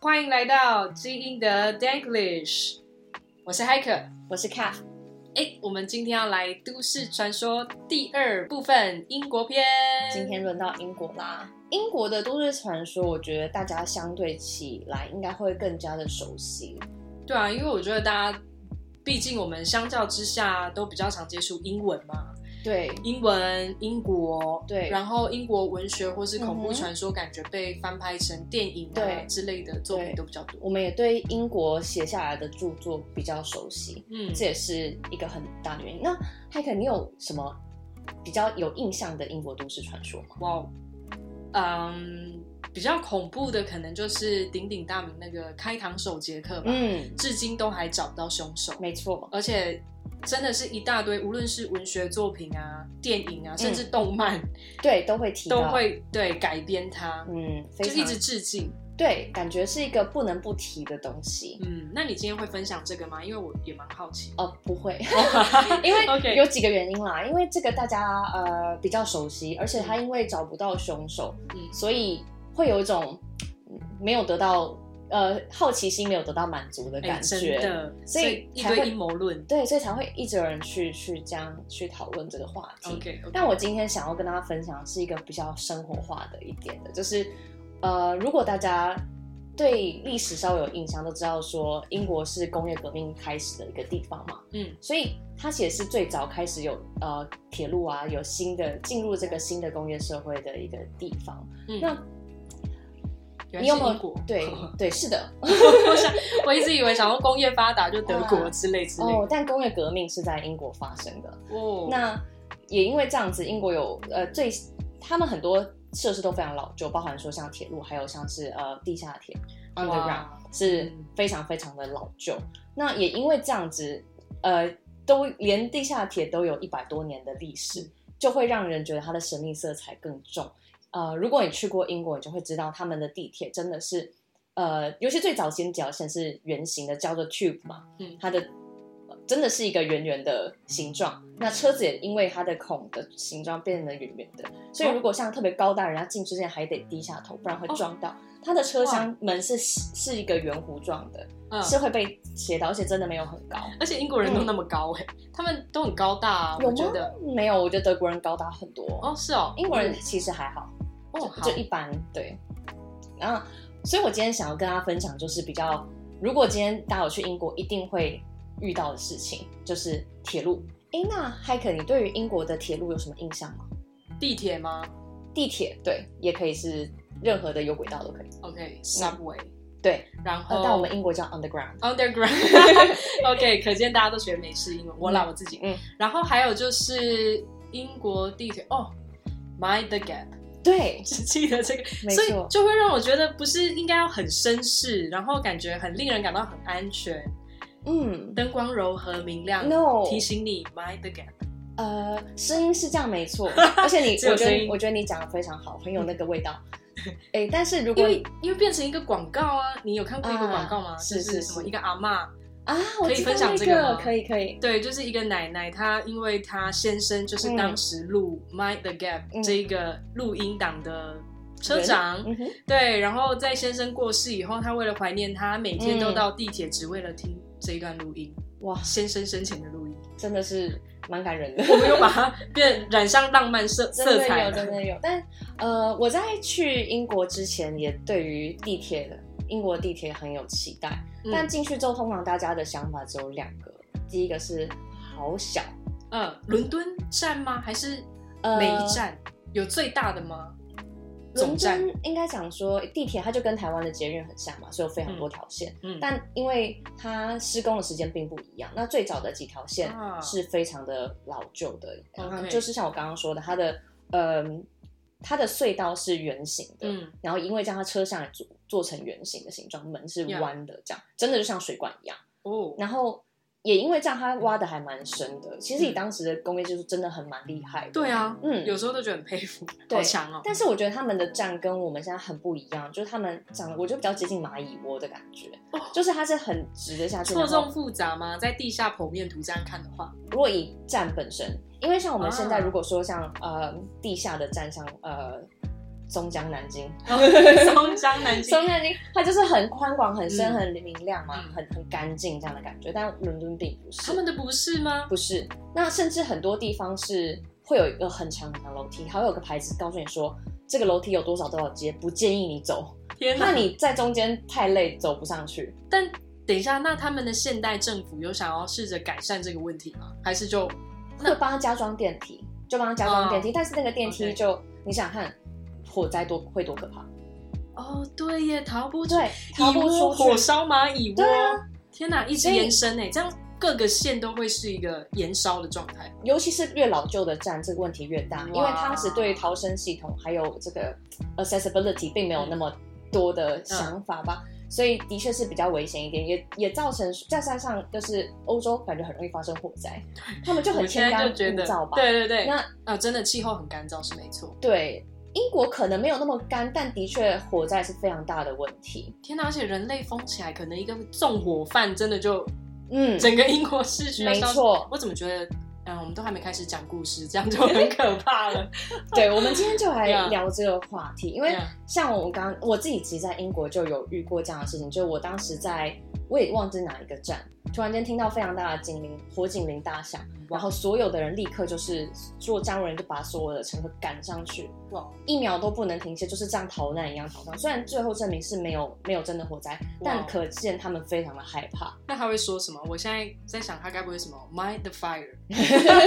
欢迎来到基因的 Danglish，我是 Hiker，我是 Calf，哎，我们今天要来都市传说第二部分英国篇。今天轮到英国啦。英国的都市传说，我觉得大家相对起来应该会更加的熟悉。对啊，因为我觉得大家，毕竟我们相较之下都比较常接触英文嘛，对，英文、英国，对然后英国文学或是恐怖嗯哼传说，感觉被翻拍成电影啊对之类的作品对都比较多。我们也对英国写下来的著作比较熟悉，嗯，这也是一个很大的原因。那海肯，你有什么比较有印象的英国都市传说吗？哇哦，嗯，比较恐怖的可能就是鼎鼎大名那个开膛手杰克吧，嗯，至今都还找不到凶手，没错，而且真的是一大堆，无论是文学作品啊、电影啊，甚至动漫、对，都会提嗯到，都，会对改编它，嗯，非就是一常直致敬。对，感觉是一个不能不提的东西。嗯，那你今天会分享这个吗？因为我也蛮好奇。哎哦，不 会，因因为 OK，有几个原因啦，因为这个大家呃比较熟悉，而且他因为找不到凶手，嗯所以会有一种嗯没有得到呃好奇心没有得到满足的哎感觉，真的，所所以以一才会堆阴谋论。对，所以才会一直有人去去这样去讨论这个话题。 OK，但我今天想要跟大家分享是一个比较生活化的一点的，就是呃，如果大家对历史稍微有印象，都知道说英国是工业革命开始的一个地方嘛，嗯，所以它其实是最早开始有呃铁路啊，有新的进入这个新的工业社会的一个地方。嗯那原你来有是没有英国？ 对对是的我想，我一直以为想说工业发达就德国之类之类的。哦，但工业革命是在英国发生的。哦，那也因为这样子，英国有呃最他们很多设施都非常老旧，包含说像铁路，还有像是呃地下铁 underground 哇是非常非常的老旧。那也因为这样子，呃，都连地下铁都有一百多年的历史，就会让人觉得它的神秘色彩更重。呃，如果你去过英国，你就会知道他们的地铁真的是，呃，尤其最早先脚线是圆形的，叫做 tube 嘛，嗯它的呃真的是一个圆圆的形状。那车子也因为它的孔的形状变得圆圆的，所以如果像特别高大人，他进去之前还得低下头，不然会撞到。它的车厢门是是一个圆弧状的，嗯，是会被斜到，而且真的没有很高。而且英国人都那么高哎，他们都很高大啊，有我吗觉得。没有，我觉得德国人高大很多。哦，是哦，英国人其实还好，哦，好就，就一般。对，然后，所以我今天想要跟大家分享，就是比较，如果今天大家有去英国，一定会遇到的事情，就是铁路。哎，那海可，你对于英国的铁路有什么印象吗？地铁吗地铁对，也可以是任何的有轨道都可以。 ？OK，Subway，对，然呃后但我们英国叫 underground。 Underground，OK，可见大家都学美式英文，我啦我自己，嗯，然后还有就是英国地铁哦，Mind the Gap， 对，只记得这个，没所以错就会让我觉得不是应该要很绅士，然后感觉很令人感到很安全，嗯，灯光柔和明亮 No 提醒你 Mind the Gap。呃，声音是这样没 错，而且你，只有我觉声音得，我觉得你讲的非常好，很有那个味 道。哎，但是如因果你为因为变成一个广告啊，你有看过一个广告吗？啊就是是什是么一个阿嬷，啊，我可以知道分享那这个吗可以可以，对，就是一个奶奶，她因为她先生就是当时录《Mind the Gap、嗯这一个录音档的车长，嗯哼，对，然后在先生过世以后，她为了怀念他，每天都嗯到地铁只为了听这一段录音，哇，先生生前的录音， 真的是蛮感人的，我们又把它变染上浪漫色 真色的彩有，了真。的有。但呃，我在去英国之前，也对于地铁的英国地铁很有期待，但嗯进去之后，通常大家的想法只有两个，第一个是好小，嗯，伦敦站吗？还是呃每一站、有最大的吗？总伦站，敦应该讲说地铁它就跟台湾的捷运很像嘛，所以有非常多条线。嗯，但因为它施工的时间并不一样，那最早的几条线啊是非常的老旧的，然后 OK 就是像我刚刚说的，它的嗯、它的隧道是圆形的，嗯。然后因为这样它车厢也做做成圆形的形状，门是 Yeah 弯的，这样真的就像水管一样。哦，然后也因为这样，它挖的还蛮深的。其实以嗯当时的工业技术，真的很蛮厉害的。对，啊，嗯，有时候都觉得很佩服，对好强哦。但是我觉得他们的站跟我们现在很不一样，就是他们长得我觉得比较接近蚂蚁窝的感觉，哦就是它是很直的下去。错然后综复杂吗？在地下剖面图这样看的 话，如果以站本身，因为像我们现啊在如果说像、呃地下的站，像呃松江南 京，松江南京松江南京它就是很宽广、很嗯深、很明亮嘛，嗯很很干净这样的感觉。但伦敦并不是，他们的不是吗？不是。那甚至很多地方是会有一个很长很长楼梯，还会有个牌子告诉你说这个楼梯有多少多少阶，不建议你走。天哪！那你在中间太累，走不上去。等一下，那他们的现代政府有想要试着改善这个问题吗？还是就会帮他加装电梯，就帮他加装电梯，但是那个电梯啊 OK 就你想看火灾多会多可怕？哦，对耶，逃不出，对，逃蚁不窝出火去。烧蚂蚁窝。对啊，天哪，一直所以延伸哎，这样各个县都会是一个延烧的状态。尤其是越老旧的站，这个问题越大，因为哇当时对于逃生系统还有这个 accessibility 并没嗯有那么多的想法吧。所以的确是比较危险一点，也也造成在山上就是欧洲感觉很容易发生火灾，他们就很我现天在干就觉物得燥，吧。对对对，那啊，真的气候很干燥是没错。对英国可能没有那么干，但的确火灾是非常大的问题。天哪，而且人类疯起来，可能一个纵火犯真的就嗯，整个英国市区都没烧错，我怎么觉得，嗯，我们都还没开始讲故事，这样就很可怕了。 对，我们今天就来 Yeah. 聊这个话题，因为 Yeah. 像我刚我自己其实在英国就有遇过这样的事情，就我当时在我也忘记哪一个站，突然间听到非常大的警铃，火警铃大响，然后所有的人立刻就是所有站务人就把所有的乘客赶上去，哇，一秒都不能停歇，就是像逃难一样逃上。虽然最后证明是没有没有真的火灾，但哇可见他们非常的害怕，那他会说什么？我现在在想，他该不会什么 “mind the fire”？ 并没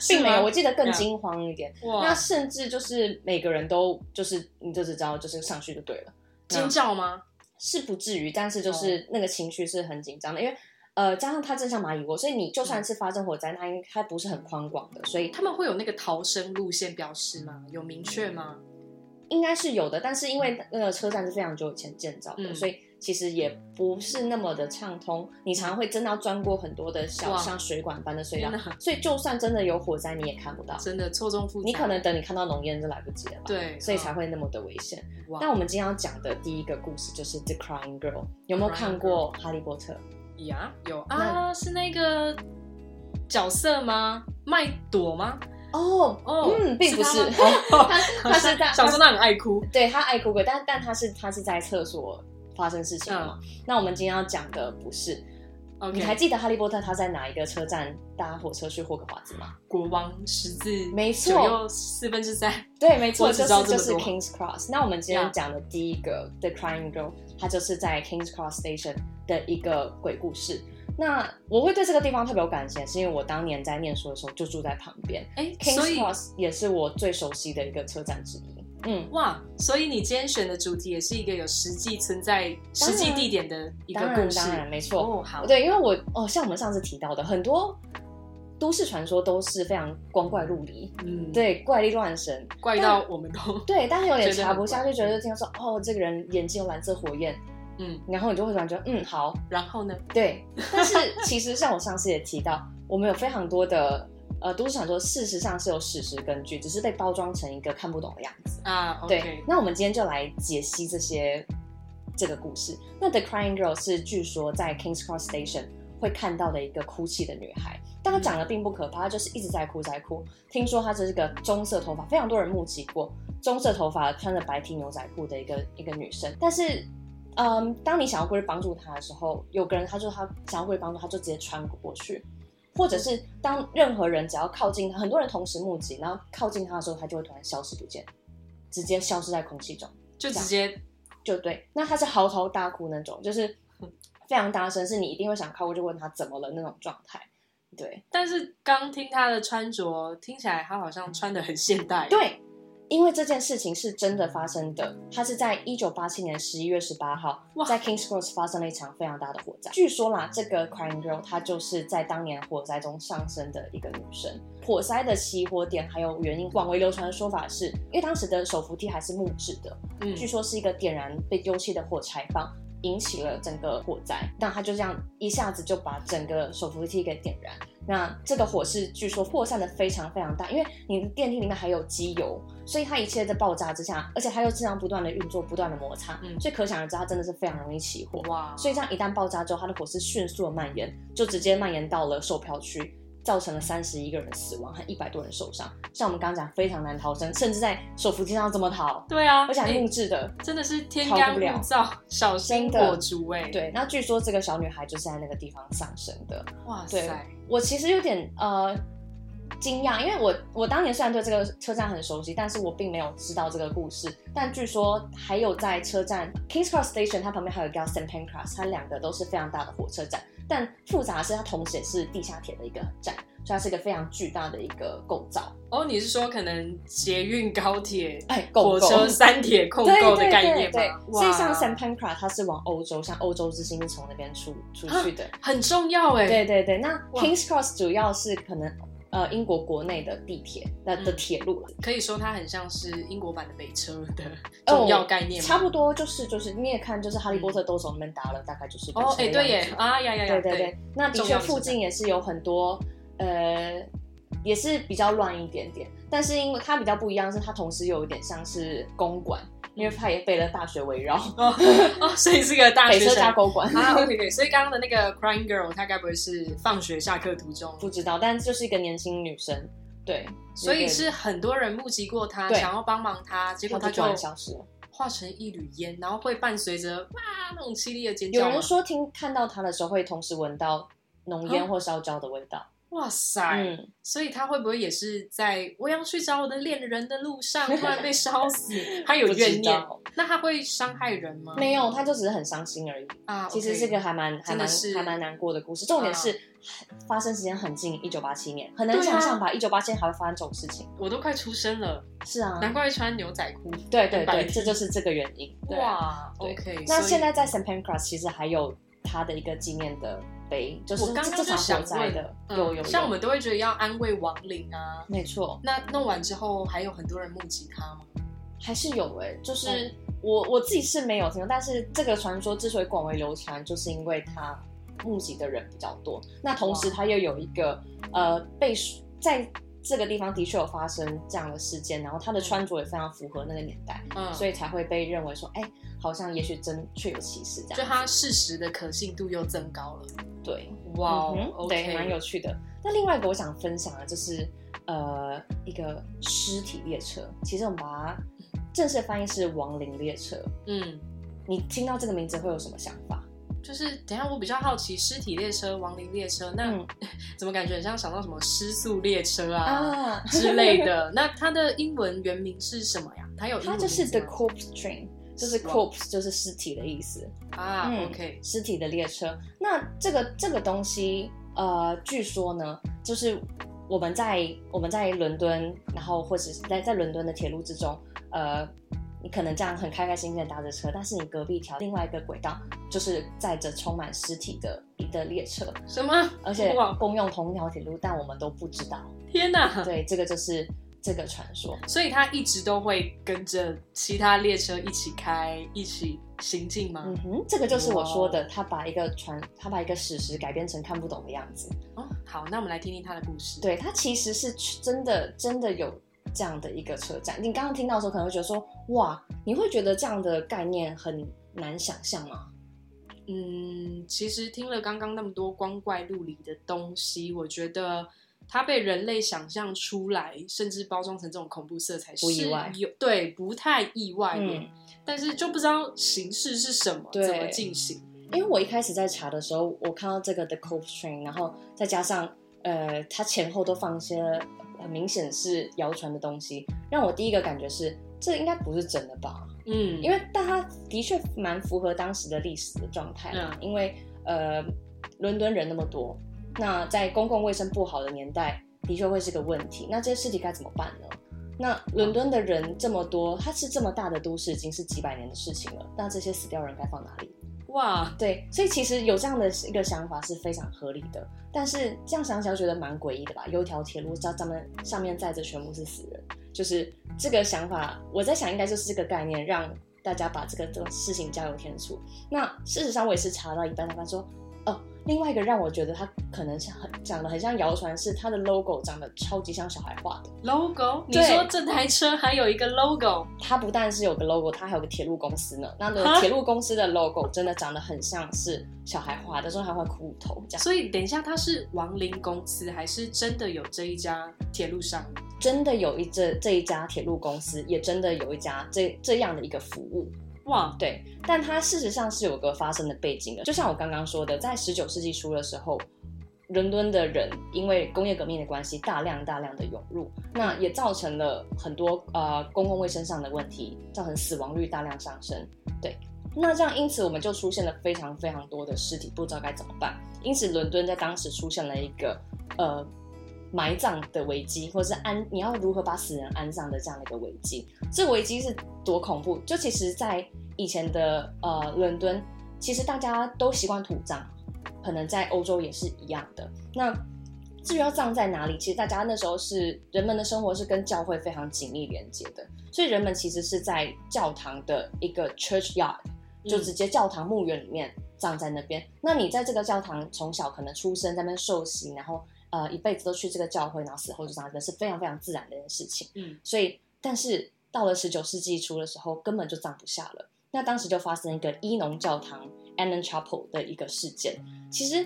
是有，吗我记得更 Yeah. 惊慌一点。那啊哇，甚至就是每个人都就是你就只知道就是上去就对了。那尖叫吗？是不至于，但是哦就是那个情绪是很紧张的，因为呃，加上它正像蚂蚁窝，所以你就嗯算是发生火灾，它应它不是很宽广的，所以它他们会有那个逃生路线标识吗？嗯有明确吗？应该是有的。但是因为那个车站是非常久以前建造的，嗯所以其实也不是那么的畅通，你常会真的要钻过很多的小哇像水管般的隧道天，哪所以就算真的有火灾，你也看不到，真的错综复杂。你可能等你看到浓烟就来不及了吧。对，所以才嗯会那么的危险。哇那我们今天要讲的第一个故事就是《The Crying Girl》，有没有 Crying 看过《哈利波特》？呀有那啊，是那个角色吗？麦朵吗？哦，哦，嗯，并不是，他吗 他他是 在小时他候他很爱哭。对他爱哭鬼，但但他是他是在厕所发生事情的嘛。那我们今天要讲的不是，你还嗯 OK，记得哈利波特他在哪一个车站搭火车去霍格华兹吗？国王十字，没错九又四分之三。对，没错，我只就知道是就这是么多 Kings Cross。那我们今天 Yeah 讲的第一个 The Crying Girl，它就是在 Kings Cross Station 的一个鬼故事。那我会对这个地方特别有感情，是因为我当年在念书的时候就住在旁边哎，所，Kings 以 Cross 也是我最熟悉的一个车站之一。嗯，哇，所以你今天选的主题也是一个有实际存在、当实然际地点的一个当然故事。当然，没错。哦，好，对，因为我哦，像我们上次提到的，很多都市传说都是非常光怪陆离，嗯，，对，怪力乱神，怪到我们都，对，但是有点觉得查很不下去，怪觉得就听说哦，这个人眼睛有蓝色火焰， 嗯，然后你就会突然觉得嗯，好，然后呢？对。但是其实像我上次也提到，我们有非常多的。呃，都市传说事实上是有史实根据，只是被包装成一个看不懂的样子。啊对，OK，，那我们今天就来解析这些这个故事。那 The Crying Girl 是据说在 Kings Cross Station 会看到的一个哭泣的女孩，但她长得并不可怕，她就是一直在哭在哭。听说她是一个棕色头发，非常多人目击过棕色头发穿着白 T 牛仔裤的一个一个女生，但是。嗯，当你想要过去帮助她的时候，有个人他就他想要过去帮助，他就直接穿过去，或者是当任何人只要靠近他，很多人同时目击，然后靠近他的时候，他就会突然消失不见，直接消失在空气中。就直接就对，那他是嚎啕大哭那种，就是非常大声，是你一定会想靠过去问他怎么了那种状态。对但是刚听他的穿着，听起来他好像穿的很现代。，对，因为这件事情是真的发生的，它是在一九八七年十一月十八号哇，在 Kings Cross 发生了一场非常大的火灾。据说啦，这个 Crying Girl 她就是在当年火灾中上升的一个女生。火灾的起火点还有原因，广为流传的说法是因为当时的手扶梯还是木质的，嗯，据说是一个点燃被丢弃的火柴棒，引起了整个火灾。那它就这样一下子就把整个手扶梯给点燃。那这个火势据说扩散的非常非常大，因为你的电梯里面还有机油，所以它一切在爆炸之下，而且它又经常不断的运作，不断的摩擦，嗯所以可想而知，它真的是非常容易起火。哇，所以这样一旦爆炸之后，它的火势迅速的蔓延，就直接蔓延到了售票区。造成了三十一个人的死亡和一百多人受伤。像我们刚刚讲，非常难逃生，甚至在手扶梯上要怎么逃？对啊， 而且还诶木质的。真的是天逃干不了物燥，小心真的火烛哎、，对，那据说这个小女孩就是在那个地方丧生的。哇对塞，我其实有点呃惊讶，因为我我当年虽然对这个车站很熟悉，但是我并没有知道这个故事。但据说还有在车站 Kings Cross Station，它旁边还有一个叫 St Pancras，它两个都是非常大的火车站。但复杂的是，它同时也是地下铁的一个站，所以它是一个非常巨大的一个构造，哦，你是说可能捷运、高铁、哎，火构构车三铁共对构对的概念对对吗？，所以哇像 St Pancras 它是往欧洲，像欧洲之星是从那边出出去的。很重要哎、对对对，那啊哇 Kings Cross 主要是可能呃英国国内的地铁那的嗯铁路了，可以说它很像是英国版的北车的哦重要概念吗嗯差不多就是就是你也看就是哈利波特都从那边搭了，大概就是哦，哎、哎对耶，啊呀呀呀，对对对，那的重确要的附是这近也是有很多呃。也是比较乱一点点，但是因为它比较不一样，是它同时有一点像是公馆，因为它也被了大学围绕，哦哦，所以是个嗯大北学车加生。公馆，啊，OK，OK，所以刚刚的那个 Crying Girl，她该不会是放学下课途中，不知道，但就是一个年轻女生，对，所以有点是很多人目击过她，对想要帮忙她，结果她她就就突然消失了。化成一缕烟，然后会伴随着哇那种凄厉的尖有叫吗人说听看到它的时候会同时闻到浓啊烟或烧焦的味道。哇塞，嗯，所以他会不会也是在我要去找我的恋人的路上，突然被烧 死？他有不怨知念，道，那他会伤害人吗？没有，他就只是很伤心而已。啊，其实 OK 这个还蛮还真的蛮是啊还蛮难过的故事。重点是、发生时间很近，一九八七年，很难对啊想象吧？一九八七年还会发生这种事情？我都快出生了，是啊，难怪穿牛仔裤。对对很白对，痴这就是这个原因。对啊，哇对，OK，所那以现在在 St Pancras 其实还有他的一个纪念的碑，就是我刚刚这就场火想灾问的，嗯有有像我有，们都会觉得要安慰亡灵啊，没错。那弄完之后还有很多人目击他吗？还是有哎、就是、嗯我我自己是没有听过，但是这个传说之所以广为流传，就是因为它募集的人比较多。那同时哇它又有一个呃被在这个地方的确有发生这样的事件，然后他的穿着也非常符合那个年代，嗯，所以以才会被认为说，哎、好像也许真确有其事这就样。他事实的可信度又增高了。对，哇哦嗯哼对， ，OK，蛮有趣的。那另外一个我想分享的就是呃一个尸体列车，其实我们把它正式翻译是亡灵列车。嗯。你听到这个名字会有什么想法？就是等一下，我比较好奇尸体列车、亡灵列车，那、嗯 怎么感觉很像想到什么失速列车啊，之类，的？那它的英文原名是什么呀？它有英文 它名字就吗是 The Corpse Train，就是 corpse 就是尸体的意思，啊、嗯 o k 尸体的列车。那这个这个东西，呃，据说呢，就是我们在我们在伦敦，然后或者是在在伦敦的铁路之中，呃。你可能这样很开开心心的搭着车，但是你隔壁条另外一个轨道就是载着充满尸体的的列车，什么？而且哇，共用同一条铁路，但我们都不知道。天哪！对，这个就是这个传说。所以它一直都会跟着其他列车一起开，一起行进吗？嗯哼，这个就是我说的，他把一个传，他把一个史实改编成看不懂的样子。哦，好，那我们来听听它的故事。，对，它其实是真的，真的有这样的一个车站。你刚刚听到的时候，可能会觉得说，哇，你会觉得这样的概念很难想象吗？嗯，其实听了刚刚那么多光怪陆离的东西，我觉得它被人类想象出来，甚至包装成这种恐怖色彩，不意外是有对，不太意外耶。嗯但是就不知道形式是什么，对怎么进行。因为我一开始在查的时候，我看到这个 The Corpse Train，然后再加上呃，它前后都放一些很明显是谣传的东西，让我第一个感觉是，这应该不是真的吧？嗯，因为但它的确蛮符合当时的历史的状态啦，因为呃，伦敦人那么多，那在公共卫生不好的年代，的确会是个问题。那这些尸体该怎么办呢？那伦敦的人这么多，它是这么大的都市，已经是几百年的事情了。那这些死掉人该放哪里？哇，对，所以其实有这样的一个想法是非常合理的，但是这样想起来觉得蛮诡异的吧？有一条铁路上上面上面载着全部是死人，就是这个想法，我在想应该就是这个概念让大家把这个这个事情加油添醋。那事实上我也是查到一半，才发现说，哦，另外一个让我觉得它可能像很长得很像谣传，是它的 logo 长得超级像小孩画的。 logo，你对说这台车还有一个 logo，它不但是有个 logo，它还有个铁路公司呢。那哈个铁路公司的 logo 真的长得很像是小孩画的，说还画骷髅头这样，所以等一下它是亡灵公司还是真的有这一家铁路商？真的有一这这一家铁路公司，也真的有一家这这样的一个服务。哇，对，但它事实上是有个发生的背景的。就像我刚刚说的，在十九世纪初的时候，伦敦的人因为工业革命的关系，大量大量的涌入，那也造成了很多呃公共卫生上的问题，造成死亡率大量上升。对，那这样因此我们就出现了非常非常多的尸体，不知道该怎么办。因此，伦敦在当时出现了一个呃。埋葬的危机，或是安你要如何把死人安葬的这样的一个危机，这危机是多恐怖？就其实，在以前的呃伦敦，其实大家都习惯土葬，可能在欧洲也是一样的。那至于要葬在哪里，其实大家那时候是人们的生活是跟教会非常紧密连接的，所以人们其实是在教堂的一个 churchyard，就直接教堂墓园里面葬在那边。那你在这个教堂从小可能出生在那边受洗，然后呃一辈子都去这个教会，然后死后就葬在那边，是非常非常自然的一件事情。嗯，所以，但是到了十九世纪初的时候，根本就葬不下了。那当时就发生一个伊农教堂 （Annan Chapel） 的一个事件。其实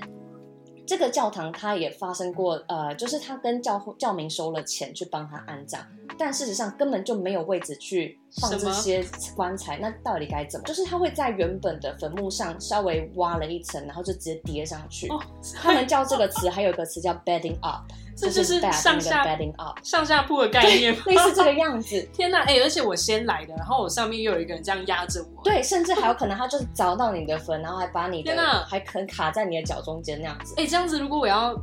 这个教堂它也发生过，呃，就是它跟教会教民收了钱去帮他安葬，但事实上根本就没有位置去放什这么些棺材。那到底该怎么？就是他会在原本的坟墓上稍微挖了一层，然后就直接叠上去。哦，他们叫这个词，还有一个词叫 bedding up， 这就就是 bedding 上的下 bedding up，上下铺的概念吗，类似这个样子。天呐，哎、而且我先来的，然后我上面又有一个人这样压着我，，对，甚至还有可能他就是凿到你的坟，然后还把你的天哪还可能卡在你的脚中间那样 子。哎、这样子如果我要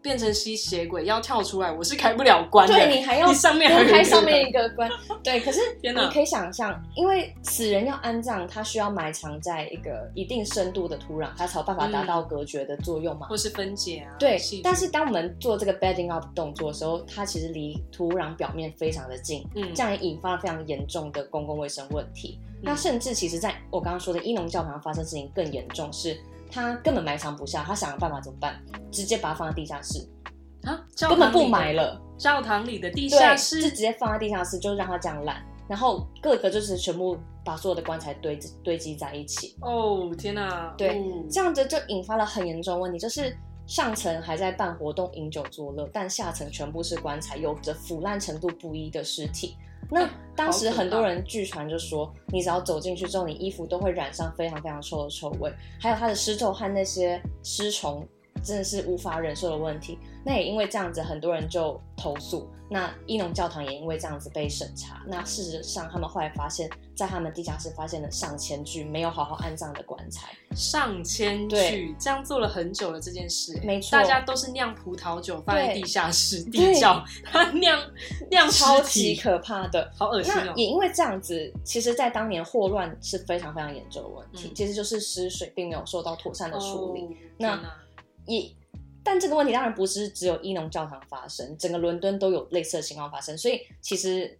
变成吸血鬼要跳出来，我是开不了关的，对你还要 你上面还有拨一个开人上面一个关，对，可是 天你哪可以想象，因为死人要安葬，他需要埋藏在一个一定深度的土壤，它才有办法达到隔绝的作用嘛。或嗯是分解啊，对细，菌但是当我们做这个 bedding up 动作的时候，它其实离土壤表面非常的近，嗯这样也引发了非常严重的公共卫生问题。那嗯甚至其实，在我刚刚说的伊农教堂发生事情更严重是，他根本埋藏不下，他想了办法怎么办？直接把它放在地下室，啊，教根本堂里不的埋，了，教堂里的地对下，就直室，接放在地下室，就让它这样烂。然后各个就是全部把所有的棺材堆堆积在一起，哦，天呐，对哦这样子就引发了很严重的问题，就是上层还在办活动饮酒作乐，但下层全部是棺材，有着腐烂程度不一的尸体。那当时很多人据传就说，你只要走进去之后，你衣服都会染上非常非常臭的臭味，还有它的尸臭和那些尸虫，真的是无法忍受的问题。那也因为这样子，很多人就投诉。那伊农教堂也因为这样子被审查。那事实上，他们后来发现，在他们地下室发现了上千具没有好好安葬的棺材。上千对句，这样做了很久了这件事，没错大家都是酿葡萄酒放在对地下室地对窖，他酿酿尸超级体，可怕的。好恶心那哦，也因为这样子，其实，在当年霍乱是非常非常严重的问题，嗯其实就是失水并没有受到妥善的处理。哦那天哪也，但这个问题当然不是只有伊农教堂发生，整个伦敦都有类似的情况发生。所以，其实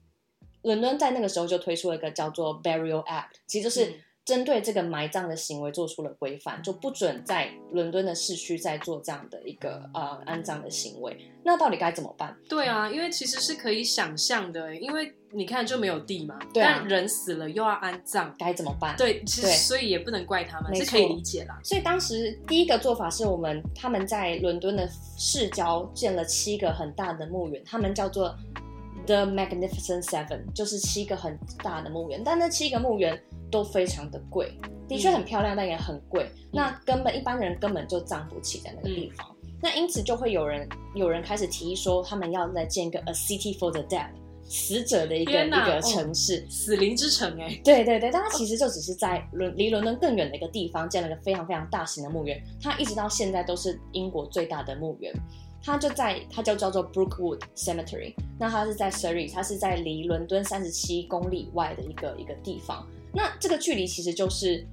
伦敦在那个时候就推出了一个叫做 Burial Act，其实就是嗯针对这个埋葬的行为做出了规范，就不准在伦敦的市区再做这样的一个呃安葬的行为。那到底该怎么办？对啊，因为其实是可以想象的，欸因为你看就没有地嘛，对啊但人死了又要安葬，该怎么办？对，其实对所以也不能怪他们，没是可错以理解啦。所以当时第一个做法是我们他们在伦敦的市郊建了七个很大的墓园，他们叫做 The Magnificent Seven，就是七个很大的墓园。但那七个墓园都非常的贵，的嗯确很漂亮，但也很贵。那根本一般人根本就葬不起在那个嗯地方。那因此就会有人有人开始提议说，他们要再建一个 A City for the Dead，死者的一个天一哪个哦城市。死灵之城、哎，对对对，但它其实就只是在伦离伦敦更远的一个地方建了一个非常非常大型的墓园，它一直到现在都是英国最大的墓园。它就在，它就叫做 Brookwood Cemetery。那它是在 Surrey，它是在离伦敦三十七公里以外的一个一个地方。那这个距离其实就是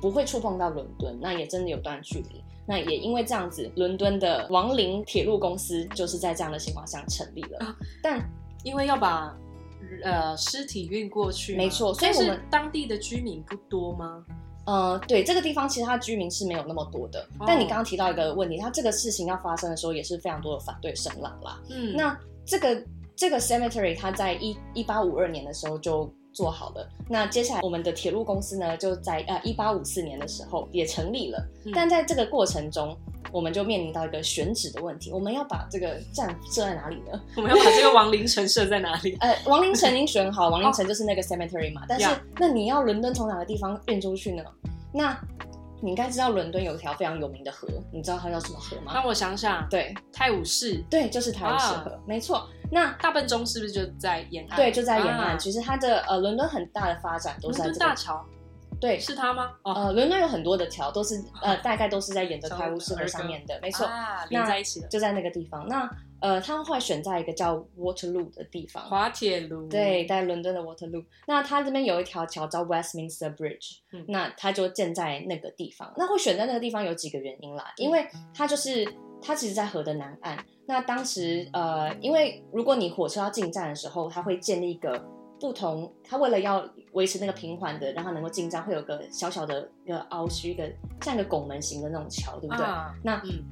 不会触碰到伦敦，那也真的有段距离。那也因为这样子，伦敦的亡灵铁路公司就是在这样的情况下成立了。但因为要把呃尸体运过去嘛，没错所以但我是们当地的居民不多吗？呃，对，这个地方其实它居民是没有那么多的。哦但你刚刚提到一个问题，它这个事情要发生的时候，也是非常多的反对声浪啦。嗯，那这个这个 cemetery 它在一一八五二年的时候就做好了。那接下来我们的铁路公司呢，就在呃一八五四年的时候也成立了。嗯但在这个过程中，我们就面临到一个选址的问题，我们要把这个站设在哪里呢？我们要把这个亡灵城设在哪 里？呃，王林城已经选好，王林城就是那个 cemetery 嘛。但是哦 Yeah 那你要伦敦从哪个地方运出去呢？那你应该知道伦敦有一条非常有名的河，你知道它叫什么河吗？让我想想，对泰晤士对，就是泰晤士啊河，没错。那大笨钟是不是就在沿岸？对，就在沿岸。啊其实它的呃，伦敦很大的发展都伦是在敦这大个桥对，是它吗？哦，呃，伦敦有很多的桥都是呃，大概都是在沿着泰晤士河上面的，没没错，啊，连在一起的就在那个地方。那呃，它会选在一个叫 Waterloo 的地方，滑铁卢。对，，在伦敦的 Waterloo。那它这边有一条桥叫 Westminster Bridge，、嗯那它就建在那个地方。那会选在那个地方有几个原因啦，因为它就是它其实，在河的南岸。那当时呃，因为如果你火车要进站的时候，它会建立一个不同，它为了要维持那个平缓的，让它能够进站，会有个小小的一个凹区，一个像一个拱门形的那种桥，对不对？啊，那嗯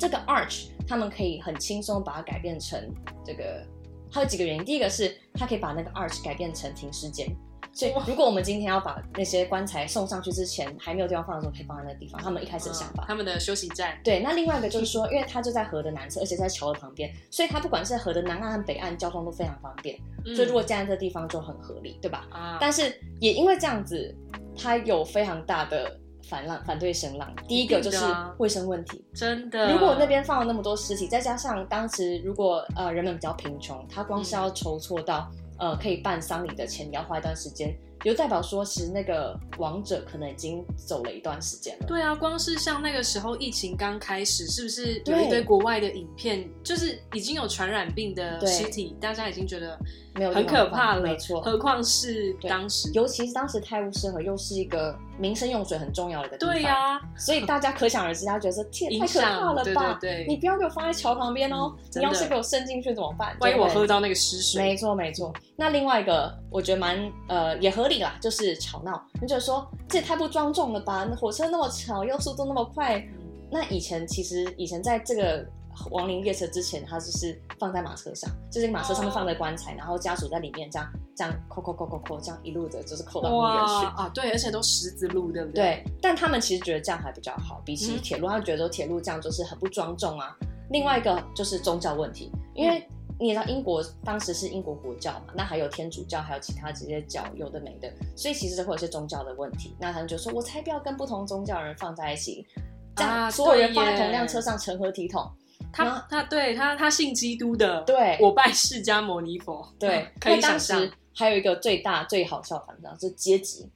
这个 arch，他们可以很轻松把它改变成这个，它有几个原因。第一个是它可以把那个 arch 改变成停尸间，所以哇如果我们今天要把那些棺材送上去之前还没有地方放的时候，可以放在那个地方。他们一开始的想法。嗯他们的休息站，对，那另外一个就是说，因为它就在河的南侧，而且在桥的旁边，所以它不管是河的南岸和北岸，交通都非常方便。嗯所以如果建在这地方就很合理，对吧？啊，但是也因为这样子，它有非常大的反浪反对声浪。第一个就是一定的啊卫生问题，真的，如果那边放了那么多尸体，再加上当时如果呃人们比较贫穷，他光嗯是要筹措到、呃可以办丧礼的钱，也要花一段时间，也就代表说其实那个亡者可能已经走了一段时间了。对啊，光是像那个时候疫情刚开始，是不是有对一堆国外的影片，就是已经有传染病的对尸体，大家已经觉得没有地很方可怕放了，没错何况是对当时，尤其是当时泰晤士河又是一个民生用水很重要的一个地方，对呀、所以大家可想而知，他觉得这天影太可怕响，了对吧？对对，你不要给我放在桥旁边哦，嗯你真的要是给我渗进去怎么办？万一对不我对喝到那个湿水，没错没错。那另外一个我觉得蛮呃也合理啦，就是吵闹。你就说这也太不庄重了吧？那火车那么吵，又速度那么快。那以前其实以前在这个亡灵列车之前，它就是放在马车上，就是马车上面放着棺材，然后家属在里面这样这样扣扣扣扣扣，这样一路的就是扣到墓园去哇。啊，对，而且都十字路，对不对？对，但他们其实觉得这样还比较好，比起嗯铁路，他们觉得说铁路这样就是很不庄重啊。另外一个就是宗教问题，因为嗯你也知道英国当时是英国国教嘛，那还有天主教，还有其他这些教，有的没的，所以其实会有一些宗教的问题。那他们就说，我才不要跟不同宗教的人放在一起，这样、啊所有人对放在耶同一辆车上成何体统？然后他他对他他信基督的，对我拜释迦牟尼佛，对， 嗯可那以想当象时，还有一个最大最好笑的反正就是阶级，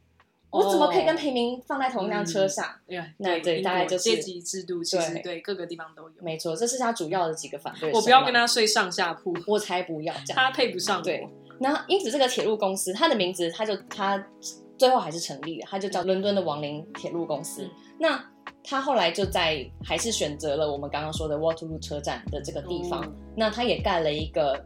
哦我怎么可以跟平民放在同一辆车上？对那对英大概国就是阶级制度，其实对对各个地方都有。没错，这是他主要的几个反对声浪。我不要跟他睡上下铺，我才不要这样。他配不上对我。然后因此这个铁路公司，它的名字，它就它最后还是成立了，它就叫伦敦的亡灵铁路公司。嗯那它后来就在还是选择了我们刚刚说的 Waterloo 车站的这个地方，嗯那它也盖了一个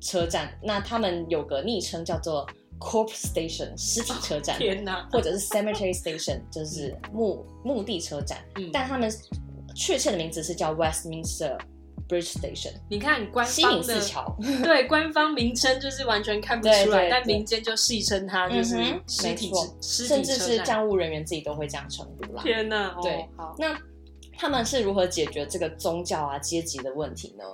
车站，那他们有个昵称叫做 Corpse Station 尸体车站，哦天哪！或者是 Cemetery Station 就是墓墓地车站，嗯但他们确切的名字是叫 Westminster Bridge Station 你看官西敏方寺的桥。对官方名称就是完全看不对出来，对但对民间就戏称它就是嗯哼尸体没错之尸甚体至是车站。站务人员自己都会这样称呼啦。天哪！哦对， 好，那他们是如何解决这个宗教啊阶级的问题呢？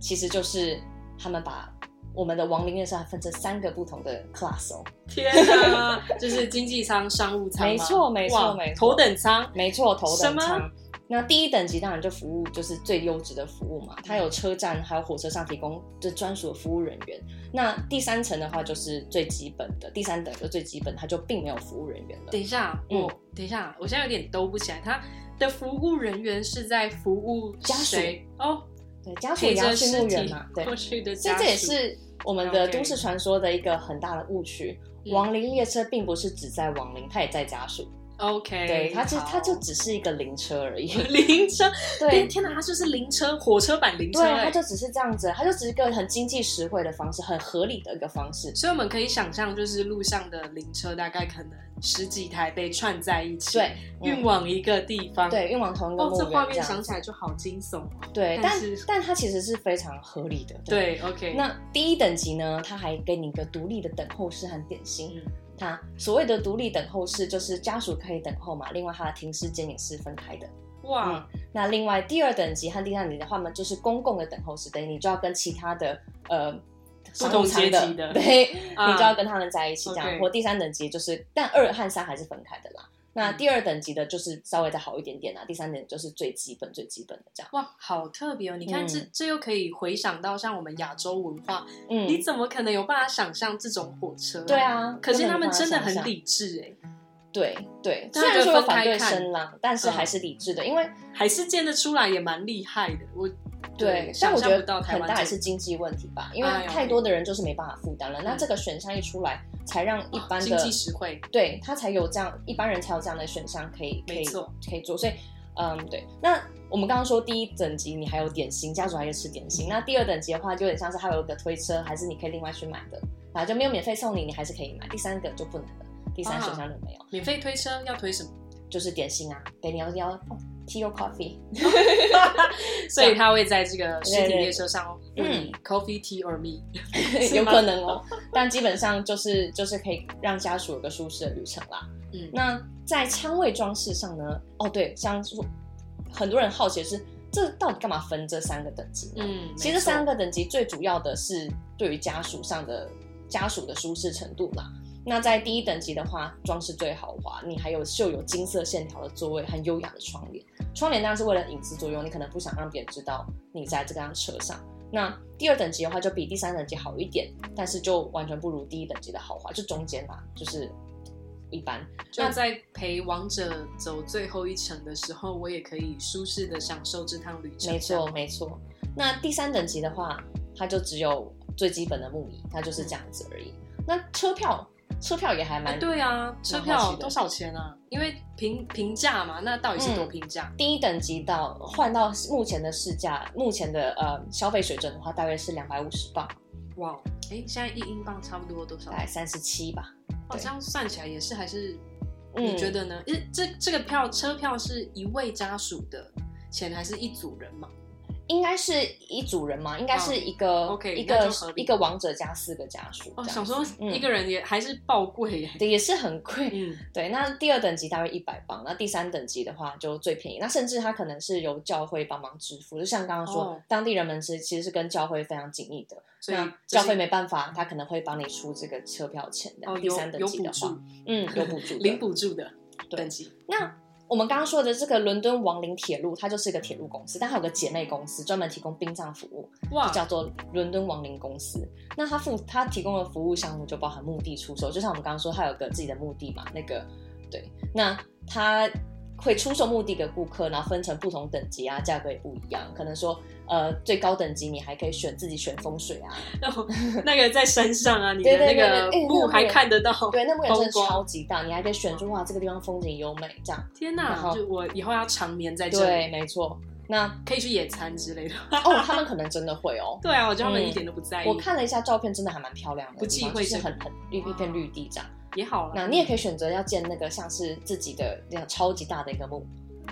其实就是他们把我们的亡灵列车分成三个不同的 class 哦。天哪！就是经济舱、商务舱吗，没错没错哇没错头等舱，没错，头什等么舱。那第一等级当然就服务就是最优质的服务嘛，它有车站还有火车上提供这专属的服务人员。那第三层的话就是最基本的，第三等就最基本，它就并没有服务人员了。等一下，嗯我、等一下，我现在有点兜不起来。他的服务人员是在服务家属谁哦，对，家属陪也要着去尸墓园体嘛，对，过去的所以家属，这也是我们的 OK 都市传说的一个很大的误区。嗯亡灵列车并不是只在亡灵，它也在家属。 OK，对，它就哎好它就只是一个灵车 而已。灵车，对，天哪，它就是灵车，火车版灵车、对，它欸。就只是这样子，它就只是一个很经济实惠的方式，很合理的一个方式。所以我们可以想象，就是路上的灵车大概可能十几台被串在一起，对，运嗯往一个地方。，对运往同一个哦，目这画标这面想样。起来就好惊悚哦。对，但但是但它其实是非常合理的。对，OK，那第一等级呢，它还给你一个独立的等候室和点心。嗯它所谓的独立等候室就是家属可以等候嘛，另外它的停尸间也是分开的。哇，那另外第二等级和第三等级的话呢，就是公共的等候室，等于你就要跟其他的呃不同阶级商务舱的的，对，啊你就要跟他们在一起这样。 OK 嗯或第三等级就是，但二和三还是分开的啦。那第二等级的就是稍微再好一点点啦，第三等级就是最基本最基本的这样。哇，好特别哦！你看嗯这、这又可以回想到像我们亚洲文化，嗯，你怎么可能有办法想象这种火车？对。啊，可是他们没办法真的想很象理智哎、对对，大虽家然说有分反开对看声浪，但是还嗯是理智的，因为还是建得出来，也蛮厉害的。我对，但想我象觉不到得台很湾大也这是经济问题吧，因为哎呦太多的人就是没办法负担了。那嗯这个选项一出来，才让一般哦经的济实惠，对他才有这样一般人才有这样的选项可以可没以错可以做，所以。嗯，对。那我们刚刚说第一等级你还有点心，家属还可以吃点心。那第二等级的话，就有点像是还有一个推车，还是你可以另外去买的，啊，就没有免费送你，你还是可以买。第三个就不能了，第三啊选项就没有，免费推车要推什么？ 就是点心啊，给你要要、哦、tea or coffee，所以他会在这个实对嗯体对列车上问你 coffee tea or me，是 有吗可能哦，但基本上就是就是可以让家属有个舒适的旅程啦。嗯那在舱位装饰上呢？哦，对，像说很多人好奇的是，这到底干嘛分这三个等级呢？嗯，其实这三个个等级最主要的是对于家属上的家属的舒适程度啦。那在第一等级的话，装饰最豪华，你还有绣有金色线条的座位和优雅的窗帘。窗帘当然是为了隐私作用，你可能不想让别人知道你在这辆车上。那第二等级的话，就比第三等级好一点，但是就完全不如第一等级的豪华，就中间吧，就是一般。就在陪王者走最后一程的时候，我也可以舒适的享受这趟旅程。没这样错，，没错。那第三等级的话，它就只有最基本的木椅，它就是这样子而已。那车票，车票也还蛮、哎对啊，车好票奇的多少钱啊？因为平平价嘛，那到底是多嗯平价？第一等级到换到目前的市价，目前的呃消费水准的话，大约是两百五十磅，嗯哇，哎，现在一英镑差不多多少大？概三十七吧。哦，对这样算起来也是还是，嗯你觉得呢？诶这这个票车票是一位家属的钱，还是一组人嘛？应该是一组人嘛，应该是一个、嗯，OK，一那个就合理一个王者加四个家属。哦，这想样说嗯一个人也还是爆贵 耶。对，也是很贵。嗯，对，那第二等级大约一百磅，那第三等级的话就最便宜，那甚至它可能是由教会帮忙支付，就像刚刚说，哦当地人们其实其实是跟教会非常紧密的，所以那这教是会没办法，他可能会帮你出这个车票钱的。哦第有三等有级补的话 助，，嗯，有补助的， 零补助的对等级。那我们刚刚说的这个伦敦亡灵铁路，它就是一个铁路公司，但它有个姐妹公司专门提供殡葬服务，哇，叫做伦敦亡灵公司。那它付它提供的服务项目就包含墓地出售，就像我们刚刚说，它有个自己的墓地嘛，那个对，那它会出售墓地给顾客，然后分成不同等级啊，价格也不一样。可能说，呃，最高等级你还可以选自己选风水啊， 那个在山上啊，你的对那对对个对哎雾那个还看得到。对，那墓园真的哦风光超级大，你还可以选出哇，这个地方风景优美这样。天然哪！后就我以后要长眠在这对，里，没错。那可以去野餐之类的。 哦，他们可能真的会哦。对啊，我觉得他们嗯一点都不在意。我看了一下照片，真的还蛮漂亮的不地忌方，讳就是这个很很绿一片绿地这样。也好了，那你也可以选择要建那个像是自己的那样超级大的一个墓，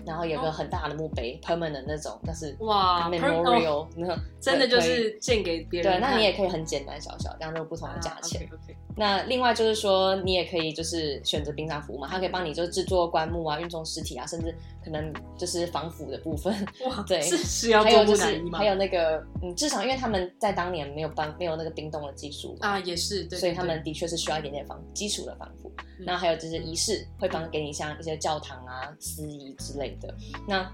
然后有哦个很大的墓碑、p e r m a n e n t 那种，但是哇哦 purple memorial 那种真的对就可以是献给别人对，看。那你也可以很简单小小，这样就不同啊的价钱。 OK，OK 那另外就是说，你也可以就是选择殡葬服务嘛，它可以帮你就是制作棺木啊、运送尸体啊，甚至可能就是防腐的部分，哇，对是是要还做有木就乃是伊吗？还有那个嗯，至少因为他们在当年没有搬没有那个冰冻的技术嘛，啊，也是，对，所以对他对们的确是需要一点点防基础的防护。嗯那还有就是仪式会帮给你像一些教堂啊、司仪之类的，那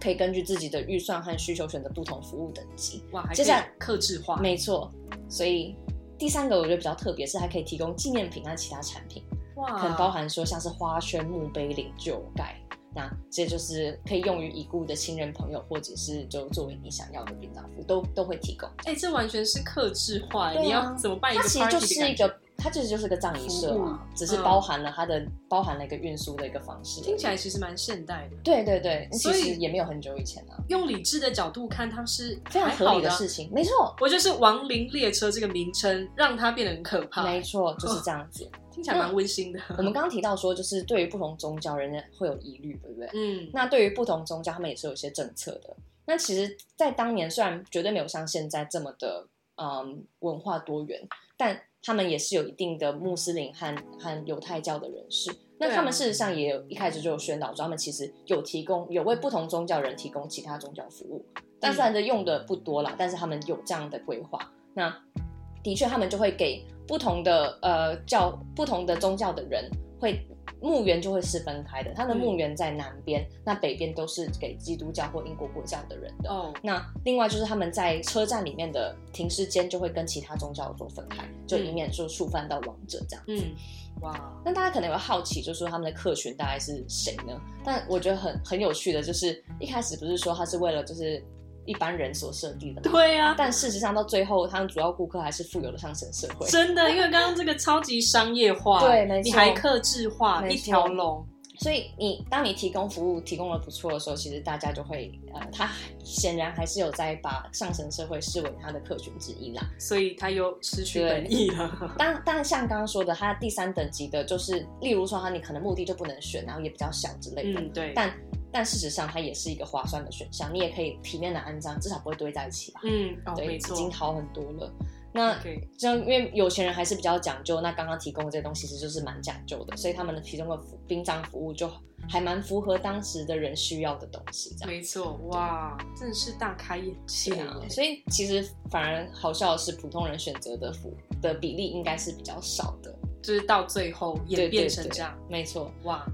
可以根据自己的预算和需求选择不同服务等级。哇，还接下来可以克制化，没错，所以第三个我觉得比较特别是还可以提供纪念品和其他产品，哇，可能包含说像是花圈、墓碑、领旧盖。那这就是可以用于已故的亲人、朋友，或者是就作为你想要的殡葬服，都都会提供。哎，这完全是克制化，对啊你要怎么办一它个其实就 party 的是一感觉？个它其实就是个葬仪社服务啊，只是嗯包含了它的包含了一个运输的一个方式。听起来其实蛮现代的。对对对，其所以实也没有很久以前啊，用理智的角度看，它是非常还合好理的啊事情，没错，我就是亡灵列车这个名称，让它变得很可怕，没错，嗯就是这样子。听起来蛮温馨的。我们刚刚提到说，就是对于不同宗教，人家会有疑虑，对不对？嗯，那对于不同宗教，他们也是有一些政策的。那其实，在当年虽然绝对没有像现在这么的嗯文化多元，但他们也是有一定的穆斯林和和犹太教的人士。那对啊他们事实上也有一开始就有宣导说，他们其实有提供有为不同宗教人提供其他宗教服务，但嗯虽然的用的不多啦，但是他们有这样的规划。那的确，他们就会给不同的呃教不同的宗教的人会墓园就会是分开的，他的嗯墓园在南边，那北边都是给基督教或英国国教的人的。哦，那另外就是他们在车站里面的停尸间就会跟其他宗教做分开，就以免说触犯到亡者这样。嗯，哇，那大家可能会好奇，就是说他们的客群大概是谁呢？但我觉得很很有趣的，就是一开始不是说他是为了就是一般人所设定的吗，对啊，但事实上到最后，他们主要顾客还是富有的上层社会。真的，因为刚刚这个超级商业化，对没错你还克制化没一错条龙，所以你当你提供服务提供的不错的时候，其实大家就会呃，他显然还是有在把上层社会视为他的客群之一啦。所以它又失去本意了。当当然像刚刚说的，他第三等级的就是，例如说他你可能目的就不能选，然后也比较小之类的。嗯，对，但但事实上，它也是一个划算的选项，你也可以体面的安葬，至少不会堆在一起吧。嗯，哦，对，没已错经好很多了。那，OK，这样，因为有钱人还是比较讲究，那刚刚提供的这些东西其实就是蛮讲究的，所以他们的提供的服殡葬服务就还蛮符合当时的人需要的东西，这样。没错，哇，真的是大开眼界对耶。啊，所以其实反而好笑的是，普通人选择的服的比例应该是比较少的，就是到最后对演变成这样，，对对没错。哇，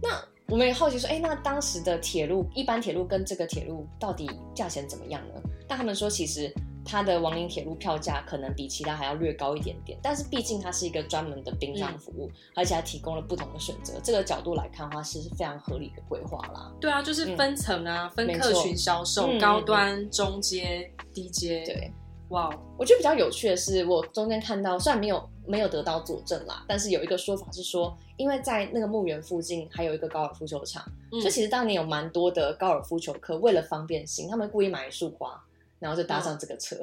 那我们也好奇说，哎，那当时的铁路，一般铁路跟这个铁路到底价钱怎么样呢？但他们说，其实它的亡灵铁路票价可能比其他还要略高一点点，但是毕竟它是一个专门的殡葬服务，而且还提供了不同的选择。这个角度来看的话，是非常合理的规划啦。对啊，就是分层啊，分嗯没客错群销售，嗯高嗯端、中阶、低阶，，对，哇，哦我觉得比较有趣的是，我中间看到虽然没有没有得到佐证啦，但是有一个说法是说，因为在那个墓园附近还有一个高尔夫球场，嗯所以其实当年有蛮多的高尔夫球客为了方便性，他们故意买一束花，然后就哦搭上这个车，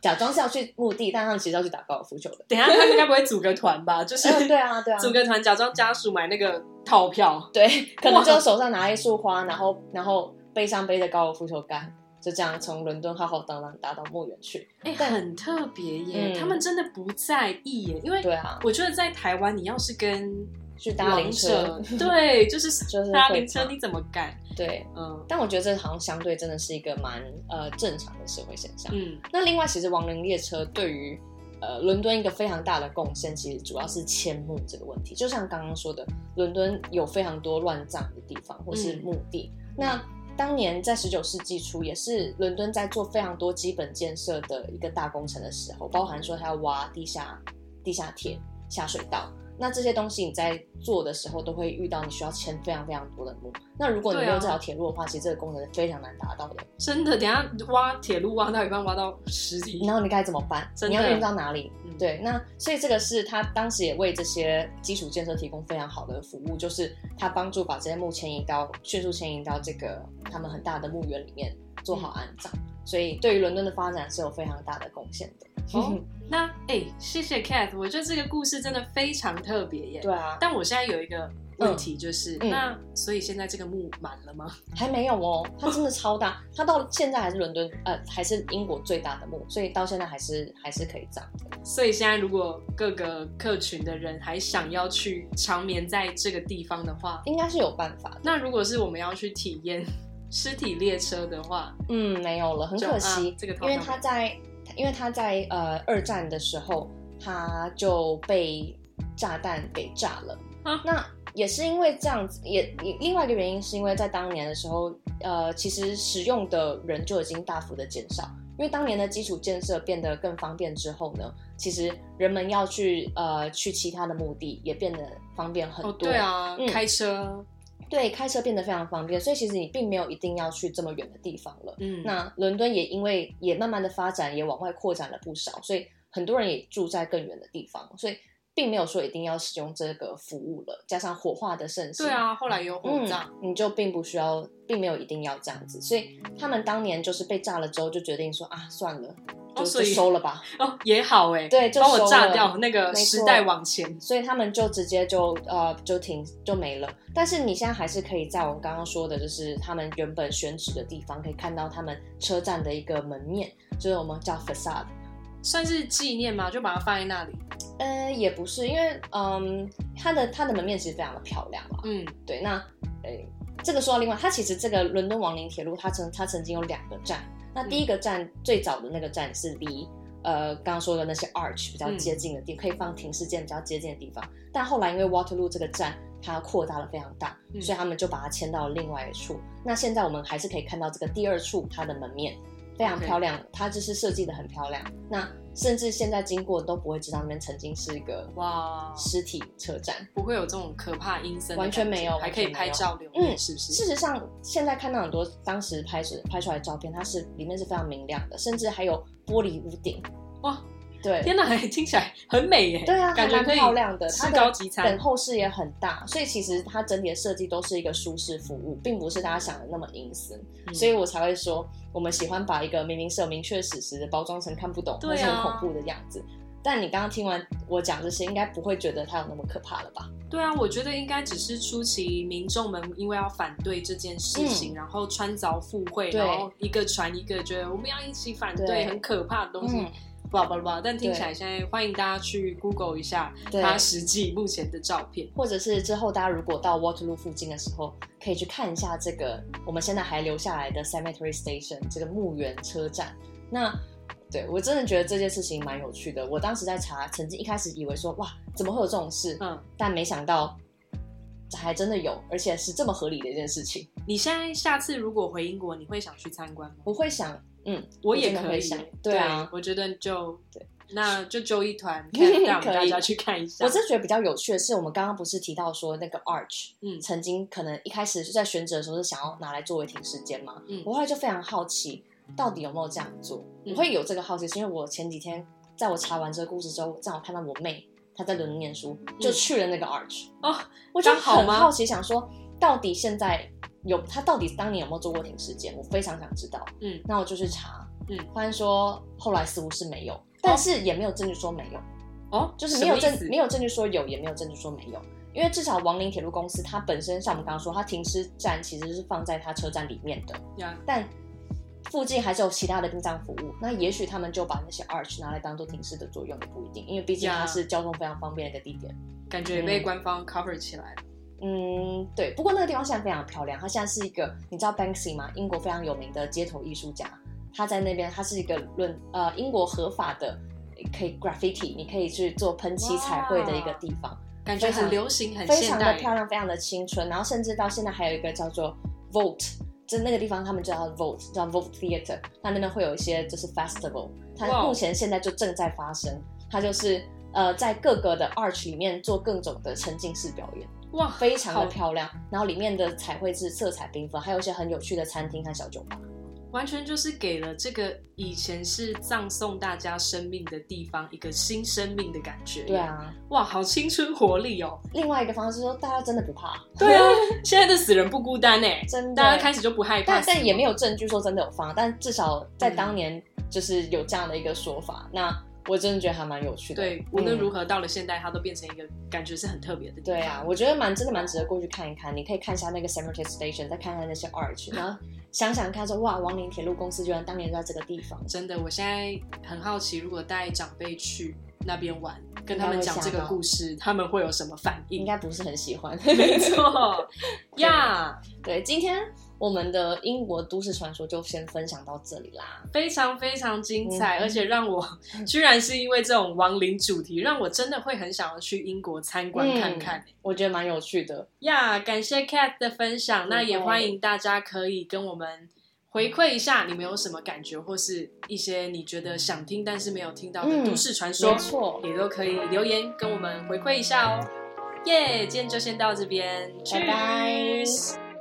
假装是要去墓地，但他们其实要去打高尔夫球的。等一下他们该不会组个团吧？ 就是、嗯，对啊，对啊，组个团，假装家属买那个套票，对，可能就手上拿一束花，然后然后背上背着高尔夫球杆，就这样从伦敦浩浩荡荡搭到墓园去。哎、但很特别耶、嗯他们真的不在意耶，因为对啊，我觉得在台湾，你要是跟去搭王灵者车，， 对，就是就是搭会灵车，唱你怎么敢？对。嗯但我觉得这好像相对真的是一个蛮呃正常的社会现象。嗯，那另外，其实亡灵列车对于呃伦敦一个非常大的贡献，其实主要是迁墓这个问题。就像刚刚说的，伦敦有非常多乱葬的地方或是嗯墓地。那当年在十九世纪初，也是伦敦在做非常多基本建设的一个大工程的时候，包含说它要挖地下地下铁、下水道。那这些东西你在做的时候，都会遇到你需要迁非常非常多的墓。那如果你没对有啊这条铁路的话，其实这个工程是非常难达到的。真的，等一下挖铁路挖到一半，挖到尸体，然后你该怎么办？真你的要运到哪里？嗯，对，那所以这个是他当时也为这些基础建设提供非常好的服务，就是他帮助把这些墓迁移到迅速迁移到这个他们很大的墓园里面做好安嗯葬，所以对于伦敦的发展是有非常大的贡献的。哦，那哎、谢谢 Cat，我觉得这个故事真的非常特别耶。 对啊，但我现在有一个问题，就是、嗯那所以现在这个墓满了吗？还没有哦，它真的超大，它到现在还是伦敦呃还是英国最大的墓，所以到现在还是还是可以葬的。所以现在如果各个客群的人还想要去长眠在这个地方的话，应该是有办法的。那如果是我们要去体验尸体列车的话，嗯，没有了，很就可惜，啊这个因头为脑他没在，因为他在呃二战的时候，他就被炸弹给炸了。啊那也是因为这样子，也也另外一个原因是因为在当年的时候，呃，其实使用的人就已经大幅的减少，因为当年的基础建设变得更方便之后呢，其实人们要去呃去其他的目的也变得方便很哦，多。对啊，嗯开车，对，开车变得非常方便，所以其实你并没有一定要去这么远的地方了。嗯，那伦敦也因为也慢慢的发展，也往外扩展了不少，所以很多人也住在更远的地方，所以并没有说一定要使用这个服务了，加上火化的盛行，对啊，后来也有火葬，嗯，你就并不需要，并没有一定要这样子，所以他们当年就是被炸了之后，就决定说啊，算了，就、哦所以就收了吧，哦，也好哎、对，就帮我收炸了掉那个没错时代往前，所以他们就直接就呃就停就没了。但是你现在还是可以在我们刚刚说的，就是他们原本选址的地方，可以看到他们车站的一个门面，就是我们叫 facade。算是纪念嘛，就把它放在那里。呃，也不是，因为嗯，它的它的门面其实非常的漂亮啊啦。嗯，对，那呃，这个说到另外，它其实这个伦敦亡灵铁路，它曾它曾经有两个站。那嗯第一个站、最早的那个站是离呃刚刚说的那些 arch 比较嗯接近的地，可以放停尸间比较接近的地方。但后来因为 Waterloo 这个站它扩大了非常大，嗯所以他们就把它迁到了另外一处。那现在我们还是可以看到这个第二处它的门面非常 OK 漂亮，它就是设计的很漂亮。那甚至现在经过都不会知道那边曾经是一个哇，尸体车站。不会有这种可怕阴森的感觉，完全没有还可以完全没拍有照留念，嗯是不是？事实上，现在看到很多当时拍摄拍出来的照片，它是里面是非常明亮的，甚至还有玻璃屋顶。哇，对，天哪， 听起来很美耶！对啊，感觉还蛮可以漂亮的，它吃的高级餐等。候室也很大，所以其实它整体的设计都是一个舒适服务，并不是大家想的那么阴森。嗯所以我才会说，我们喜欢把一个明明是有明确史实的包装成看不懂对啊或是很恐怖的样子。但你刚刚听完我讲这些，应该不会觉得它有那么可怕了吧？对啊，我觉得应该只是初期民众们因为要反对这件事情，然后穿凿附会，嗯对然后一个传一个，觉得我们要一起反对对嗯很可怕的东西，blah blah blah。但听起来现在欢迎大家去 Google 一下对。它实际目前的照片。或者是之后大家如果到 Waterloo 附近的时候，可以去看一下这个我们现在还留下来的 Cemetery Station 这个墓园车站。那对我真的觉得这件事情蛮有趣的。我当时在查，曾经一开始以为说哇，怎么会有这种事？嗯，但没想到这还真的有，而且是这么合理的一件事情。你现在下次如果回英国，你会想去参观吗？我会想，嗯，我也真的可会以想耶，对啊，我觉得就对，那就揪一 团，看带我们大可以家去看一下。我是觉得比较有趣的是，我们刚刚不是提到说那个 arch，嗯曾经可能一开始是在选址的时候是想要拿来作为停尸间嘛，嗯我后来就非常好奇，到底有没有这样做？嗯我会有这个好奇，是因为我前几天在我查完这个故事之后，我正好看到我妹她在伦敦念书，就去了那个 arch，嗯哦，我就刚好很吗好奇，想说到底现在有她到底当年有没有做过停尸间？我非常想知道。嗯，那我就去查，嗯，发现说后来似乎是没有，但是也没有证据说没有。哦，就是没什有么意证思没有证据说有，也没有证据说没有，因为至少王林铁路公司它本身像我们刚刚说，它停尸站其实是放在它车站里面的，呀但附近还是有其他的殡葬服务，那也许他们就把那些 arch 拿来当做停尸的作用也不一定，因为毕竟它 Yeah 是交通非常方便的一个地点。感觉也被官方 cover 起来了。嗯，对。不过那个地方现在非常漂亮，它现在是一个，你知道 Banksy 吗？英国非常有名的街头艺术家，他在那边，他是一个论呃英国合法的，可以 graffiti，你可以去做喷漆彩绘的一个地方。感觉很流行，很非现常的代。漂亮，非常的青春。然后甚至到现在还有一个叫做 Vote，就那个地方他们叫它 Vote，叫 Vote Theater。那那边会有一些就是 festival，哇它哦目前现在就正在发生。它就是呃在各个的 arch 里面做各种的沉浸式表演，哇，非常的好漂亮。然后里面的彩绘是色彩缤纷，还有一些很有趣的餐厅和小酒吧。完全就是给了这个以前是葬送大家生命的地方一个新生命的感觉。对，啊，哇，好青春活力 哦！另外一个方式是说大家真的不怕，对啊，现在的死人不孤单哎， 真的大家开始就不害怕但死亡，但也没有证据说真的有放，但至少在当年嗯就是有这样的一个说法。那我真的觉得还蛮有趣的。嗯对，无论如何、何到了现代，它都变成一个感觉是很特别的地方。对啊，我觉得蛮真的蛮值得过去看一看。你可以看一下那个 Cemetery Station，再看看那 些 arch，然后想想看说哇，亡灵铁路公司居然当年就在这个地方。真的，我现在很好奇，如果带长辈去那边玩，跟他们讲这个故事，他们会有什么反应应？该不是很喜欢。没 错呀对，今天我们的英国都市传说就先分享到这里啦。非常非常精彩，嗯而且让我 居然是因为这种亡灵主题，让我真的会很想要去英国参观看看。嗯我觉得蛮有趣的。呀感谢 Cat 的分享，不会那也欢迎大家可以跟我们回馈一下，你们有什么感觉，或是一些你觉得想听但是没有听到的嗯都市传说没，错，也都可以留言跟我们回馈一下哦。耶今天就先到这边，拜拜 Cheers